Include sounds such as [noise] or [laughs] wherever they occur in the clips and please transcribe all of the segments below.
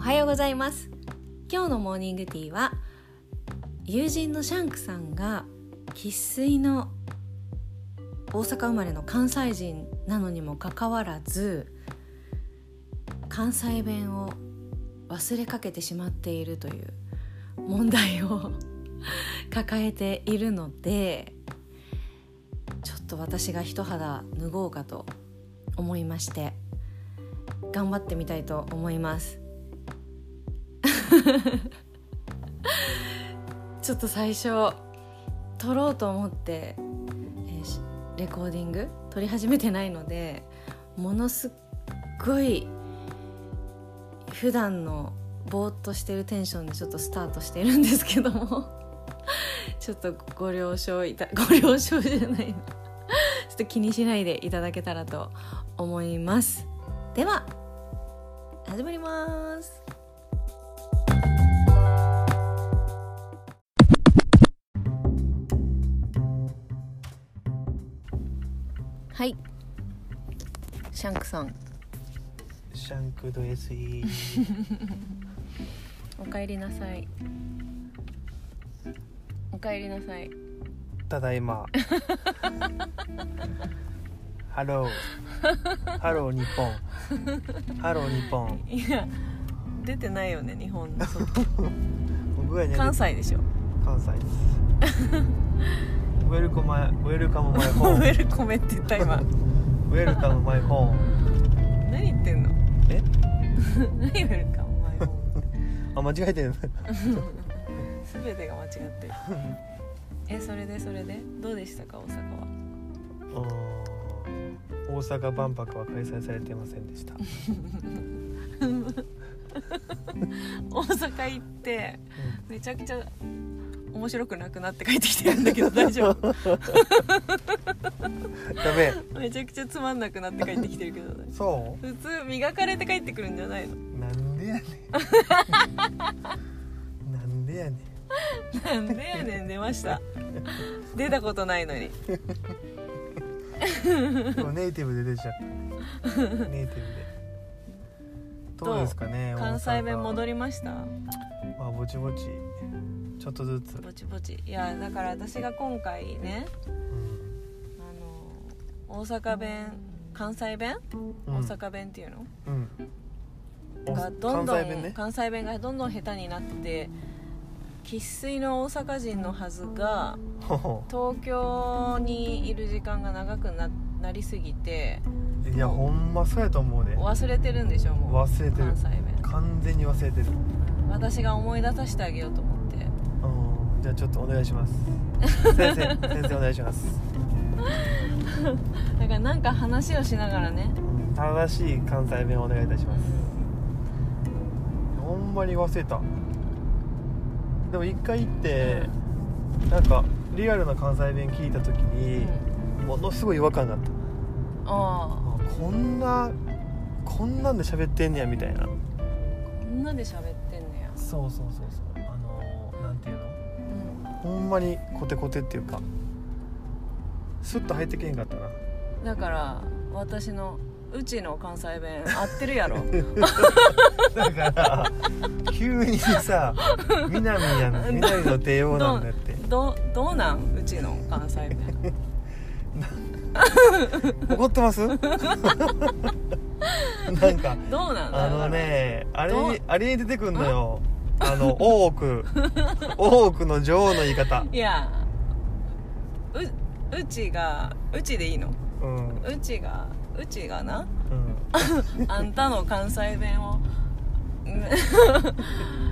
はようございます今日のモーニングティーは友人のシャンクさんが生粋の大阪生まれの関西人なのにもかかわらず関西弁を忘れかけてしまっているという問題を [laughs] 抱えているのでちょっと私が一肌脱ごうかと思いまして頑張ってみたいと思いますちょっと最初撮ろうと思って、えーしレコーディング撮り始めてないのでものすっごい普段のぼーっとしてるテンションでちょっとスタートしてるんですけども [laughs] ちょっとご了承いた [laughs] ご了承じゃないな [laughs] ちょっと気にしないでいただけたらと思いますでは始まりますはいシャンクさんシャンクド SE おかえりなさいおかえりなさいただ [laughs] いまハローハロー日本ハロー日本いや出てないよね日 [laughs] 本の僕はね関西で [laughs] しょ関西ですウェルコマウェルカムマイウホ [laughs] ームェルコメって言った [laughs] 今ウェルカムマイホーム何言ってんのえ [laughs] 何ウェルカムマイホームってあ間違えてる [laughs] 全てが間違ってるえそれでそれでどうでしたか大阪はうーん大阪万博は開催されていません [laughs] でした、う大阪行ってんめちゃくちゃ面白くなくなって帰ってきてるんだ [laughs] けど大丈夫ダメめちゃくちゃつまんなくなって帰ってきてるけど大丈夫そ普通磨かれて帰ってくるんじゃないのうなんでやね [laughs] んななんでやねんんでやねん出ました出たことないのにもうネイティブで出ちゃった。ネイティブで。どうですかね。関西弁戻り。りましたまあぼちぼち。ちょっとずつ。ぼちぼちいやだから私が今回ねうんあの大阪弁関西弁、うん大。阪弁っていうのうん。おがどんどん関西弁ね。関西弁がどんどん下手になって生粋の大阪人のはずがほほ東京にいる時間が長くななりすぎていやほんまそうやと思うで。忘れてるんでしょもう忘れてる関。西弁完全に忘れてる。私が思い出させてあげようと思ってうん。じゃあちょっとお願い [laughs] します。先生先生お願いします。だからなんか話をしながらねうん正しい関西弁をお願いいたします。ほんまに忘れた。でも一回行って。なんかリアルな関西弁聞いた時うんに、ものすごい違和感があっあたあこんなこんなんで喋ってんねやみたいなあこんなで喋ってんねや、そうそうそうそうあのーなんていうのう、ほんまにコテコテっていうかスッと入ってけんかった [laughs] なだんから私のうちの関西弁合ってるや [laughs] ろだから急にさ「南 [laughs] やん南の帝王なんだ」ってどどうなんうちの関西 [laughs] 弁怒ってます [laughs] なんかどうなんだあからのねあれどうにあれに出てくんのよあ [laughs] の大奥大奥の女王の言い方いやううちがうちでいいのうんうんうちがうちがなあんたの関西弁を [laughs] うん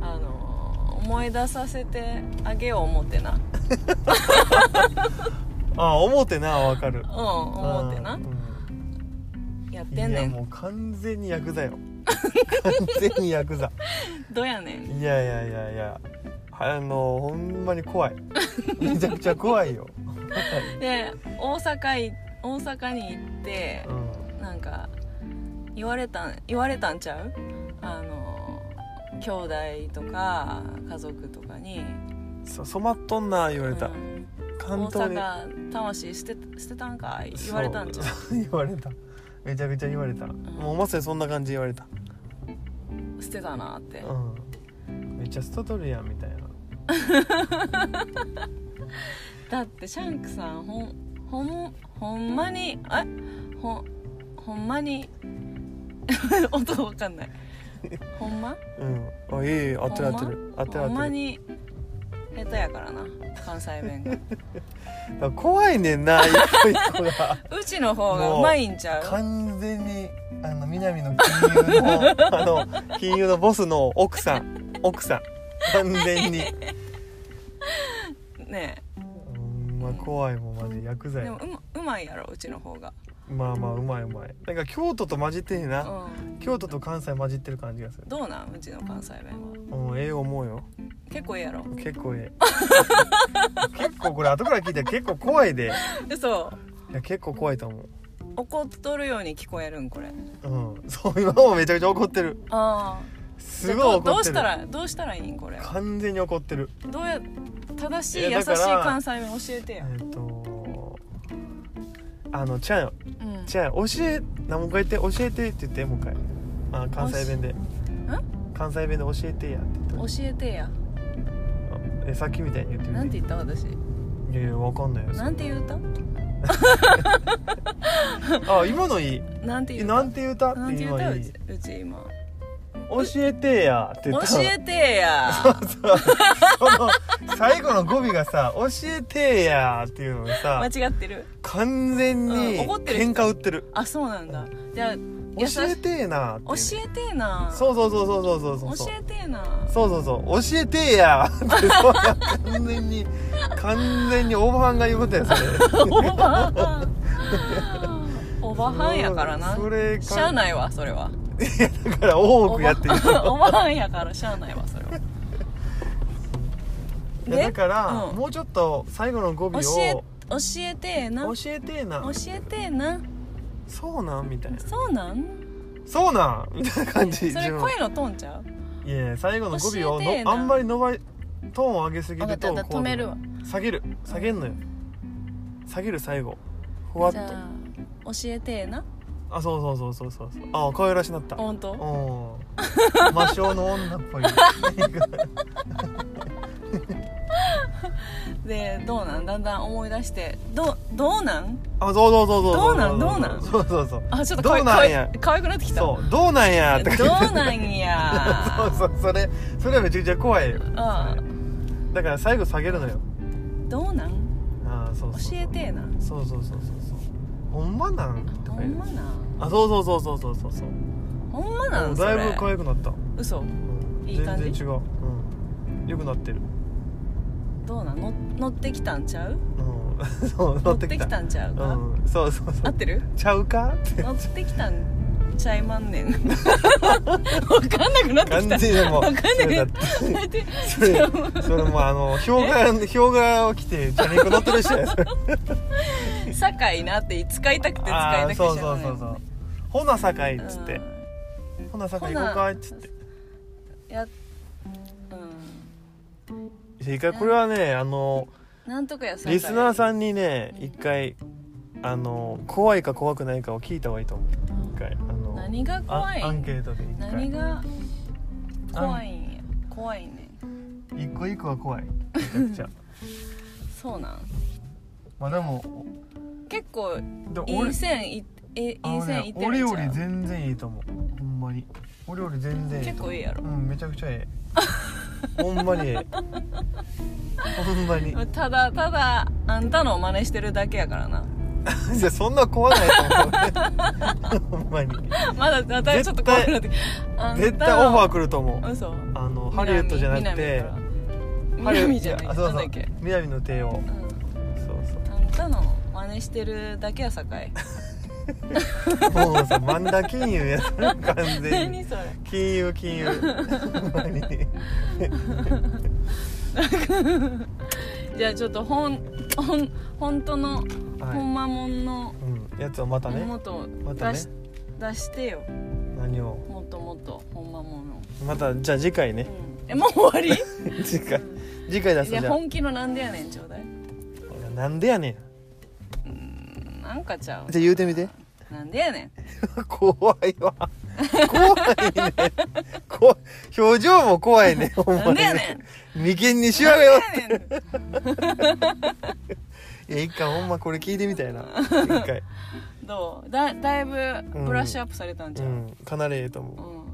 あの思い出させてあげよう思ってなあ思うてなわかるうん思ってなうんやっいてんねやんもう完全にヤクザよ完全にヤクザどうやねんいやいやいやいやあのほんまに怖いめちゃくちゃ怖いよ、で大阪い大阪に行ってうん、なんか言われたん言われたんちゃうあの兄弟とか家族とかにそ染まっとんな言われた、うん関大東で阪魂捨て捨てたんかい言われたんちゃうそう言われためちゃくちゃ言われた、もうまさにそんな感じ言われた捨てたなって、うんめっちゃ捨てとるやんみたいなだってシャンクさんほんほんほんまにえほんほんまに [laughs] 音わかんないほんまうんあいえいえ合ってる合ってる合ってるほん合っまてるに下手やからな関西弁 [laughs] がだから怖いねんな一個一個がうちの方がうまいんちゃう [laughs] 完全にあの南の金融のあの金融のボスの奥さん奥さん完全にねうんまあ怖いもんマジ薬え剤でもうまうまいやろうちの方が、まあまあうまいうまいなんか京都と混じってんねんなうん、京都と関西混じってる感じがするどうなんうちの関西弁はうんええ思うよ結構いいやろ結構え [laughs] え結構これ後から聞いたら結構怖いで嘘いや結構怖いと思う怒っとるように聞こえるんこれうんそう今もめちゃくちゃ怒ってるああすごい怒ってるどうしたらどうしたらいいんこれ完全に怒ってるどうや正しいい優やしいだから関西弁教えてえっ、や、とあのちゃうようん、ちゃうよ教えなもう一回言って教えてって言ってもう一回あ関西弁で関西弁で教えてやって言教っえてやたあえさっきみたいに言ってみなんて言てった私いやいやわかんないよなんて言うたあ今のいいなんてえ言うなたんて言うたっなてんて言う今たいういちうち今教えてやって言教ったえてやこの最後の語尾がさ「教えてや」っていうのがさ間違ってる完全にうん怒ってる喧嘩売ってるあそうなんだじゃあ「優教しえてえな」って教いうえてえなそうそうそうそうそうそうそう教えてえな [laughs] そうそうそう教えてえやってそうや完全に完全にオーバーハンが言うことやそれおばはんおばはんやからなそれしゃあないわそれはだから多くやっていおくばおばはんやからしゃあないわそれはいやだから、うんもうちょっと最後の語尾教をえ教えてえな教教えてえなえてえなそうなんみたいなそうなんそうなんみたいな感じそれ自分声のトーンちゃういやいや最後の語尾を教えてえのなあんまり伸ばトーンを上げすぎ分かるったと分かったこう止めるわ下げる下げんのよ下げる最後ふわっじとゃあ教えてえなあそうそうそうそうそうそうあ可愛らしなった本当お魔性の女っぽいでどうなんだんだん思い出してどどうなんあそうそうそうそうどうなんどうなんそうそうそうあちょっとかわいどうなんやかわい可愛くなってきたそうどうなんやとかどう言ってなん [laughs] そやうそうそれそれはめちゃくちゃ怖いよああだから最後下げるのよどうなんああそう教そうそうえてえなそうそうそうそうそうほんまなんとかほ言んうまなんあそうそうそうそうそうそうそうほんまなんそだれいぶ可愛くなった嘘うんいい感じ全然違う、うん、よくなってる、どうなんの乗ってきたんちゃううん、 [laughs] そう乗ってきたんちゃうか、うん、そうそうそ合うってるちゃうかって乗ってきたんちゃいまんねん [laughs] わかんなくなってきた完全にもうわかんなくそれなっだっててき [laughs] そたれ [laughs] それもうあの氷河氷河を着てチャリンコ乗って [laughs] る人やそれ酒井なって使いたくて使いあたくてーそうそうそうそうほな酒井っしょつっうがないてうんほな酒井行こうかっつっやうて一回これはねあのんなんとかやリスナーんさんにね一回あの怖いか怖くないかを聞いた方がいいと思う一回あの何があ怖いアンんケートで一何回が怖いんや怖いねん一個一個は怖いめちゃ [laughs] くちゃそうなんまあでも結構でもいい線いえいいあのね線いって俺るんよちゃりう全然いいと思うほんまに俺より全然いいと結思う構いいやろうんめちゃくちゃえ [laughs] えほんまにええほんまにただただあんたのを真似してるだけやからなじゃあそんな怖ないと思うほんまにまだまたちょっと怖くなってあんたの絶対オファー来ると思う嘘あのハリウッドじゃなくて南ハリウ南ッドじゃないあそうなそんだうっけ南の帝王うそうそうんあんたの真似してるだけやさかいもうさマンダ金融やそれ完全 [laughs] 何にそれ金融金 [laughs] 融ほんまにじゃあちょっと本本本当の、ほはんまもんのい、うん、やつをまたねもっとま出たねし,、出してよ何をもっともっとほんまもんの、またじゃあ次回ねう [laughs] んえもう終わ次回次回出りすいじゃやあ本気のなんでやねんちょうだいなんでやねんなんかちゃうじゃあ言うてみてなんでやねん怖いわ怖いねこ表情も怖いねほん [laughs] なまんにでやねねん眉間にしわがよなんでやねんいや一回ほんまこれ聞いてみたいな一回どうだだいぶブラッシュアップされたんじうゃん、んかなりええとう思んう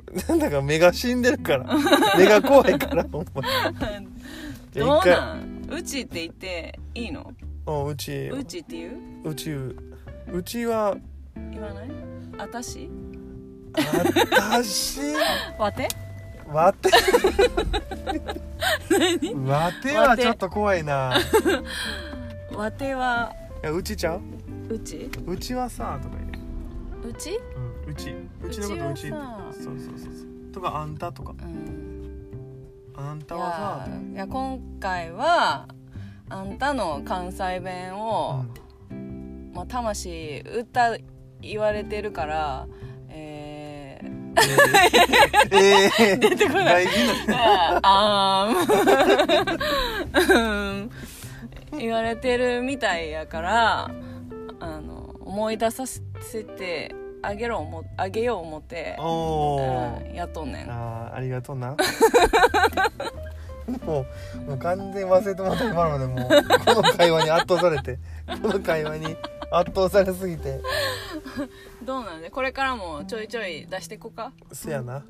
[laughs] なんだか目が死んでるから目が怖いからほんまじゃどうなあ一回んうちって言っていいのうんうちうちって言ううちうちは言わないあたし私 [laughs] わてわ [laughs] てわてはちょっと怖 [laughs] いなわてはいやうちちゃううちうちはさとか言う、うちうん、うちうちのことうちうちはさそうそうそうそうとかあんたとかうんあんたいはさやいや今回はあんたの関西弁とかを、まあ、魂歌言われてるからえー、うん、え [laughs] え出てこない大事な [laughs] あーん言われてるみたいやからあの思い出させてあげろ思あげよう思って、おお、うん、やっとんねんあーありがと [laughs] うなもうもう完全に忘れてもらった今のでもうこの会話に圧倒されて [laughs] この会話に圧倒されすぎてどうなんでこれからもちょいちょい出していこうか、せやなうん、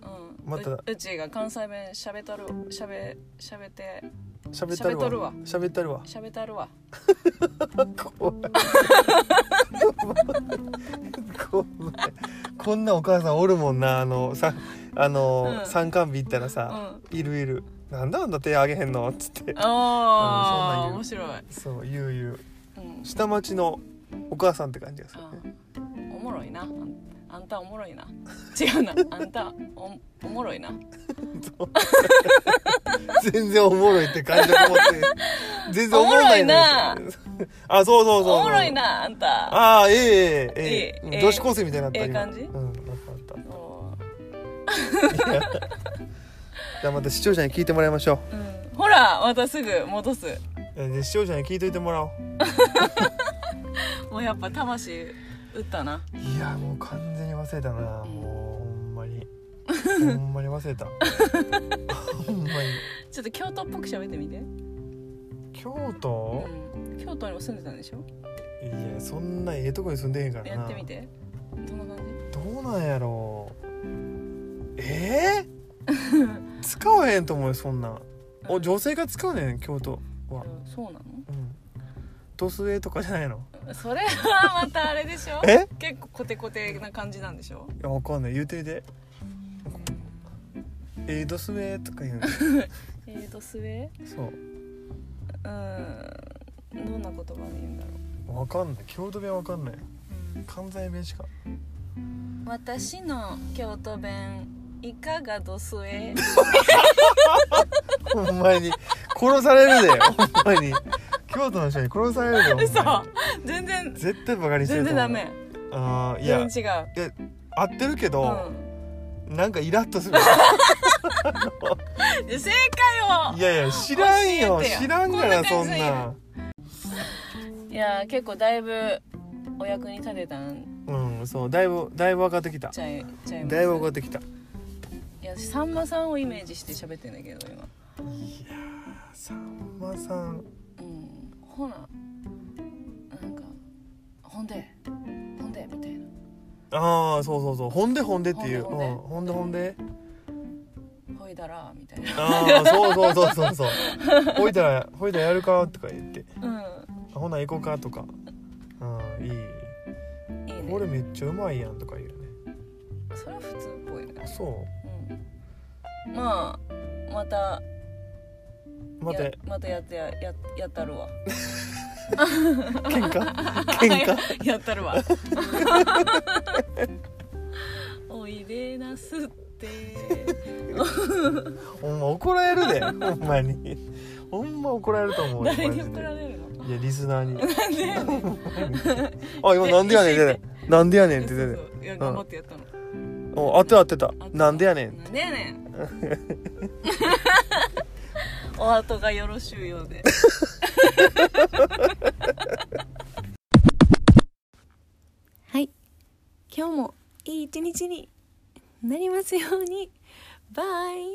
またううちが関西弁しゃべたるしゃべしゃべって喋ったる喋っとるわわ喋ったるわしゃべたるわ怖い怖い [laughs] こんなお母さんおるもんなあのさあの、うん参観日行ったらさ、いるいるなんだあんた手あげへんのっつってああう面ん白い、そうゆうゆうんう、下町のお母さんって感 [laughs] じがするあねーおもろいなあんあんたおもろい [laughs] な違うなあんたおおもろいな全然おもろいって感じが思って全然おもろないのおもろいに [laughs] あそうそうそうそうおもろいなあんたああええええええええ女子高生みたいになったええ今感じうんなったなったお [laughs] じゃあまた視聴者に聞いてもらいましょうーうんほらまたすぐ戻すえーで視聴者に聞いといてもらおうもうやっぱ魂打ったないやもう完全に忘れたなうんもうほん [laughs] まにほんまに忘れたほんまにちょっと京都っぽく喋ってみて、京う都、ん、京都にも住んでたんでしょいやそんなええとこに住んでへんからなやってみてどんな感じどうなんやろう [laughs] えー、使わへんと思うよそんなんお女性が使うねん京都は、そうなうん、ドスエとかじゃないののそれはまたあれで [laughs] しょえ結構コテコテな感じなんでしょいやわかんない言うてみてえー、ドスエとか言うのえーと末そううーんどんな言葉で言うんだろわかんない京都弁わかんないう関西弁しか私の京都弁いかがどす [laughs] えほんまに殺されるでほんまに京都の人に殺されるでほんま嘘に全然絶対バカにして全ると然思うダメあーいや全然違う合ってるけうど、んなんかイラッとするで正解をいやいや知らん教よえてよ知らんからこそんんなな感いや結構だいぶお役に立てたんうんそうだいぶだいぶ分かってきたちゃいちゃいますだいぶ分かってきたいいやさんまさんをイメージして喋ってんだけど今やーさんまさんうんほななんかほんでほんでみたいなああそうそうそうほんでほんでっていうほんでうん、ほんでほんでほいだらみたいなああそうそうそうそうそうほいたらほいたらやるかとか言ってうほな行こうかとかうんいいんいいねこれめっちゃうまいやんとか言うねそれは普通っぽいねそうんまあまたう待やてまたやってやややったるわ喧 [laughs] 嘩喧嘩やったるわおいでなすってほんま怒られるでほんまにほんま怒られると思うよ誰にマジ怒でられるのいやリスナーになん [laughs] でやねんあ今なんでやねんって出てなんでやねんってそう出てそういや頑張ってやったのお当て当てたあとなんでやねんなんでやねん [laughs] お後がよろしゅうようではい。今日もいい一日になりますようにバイ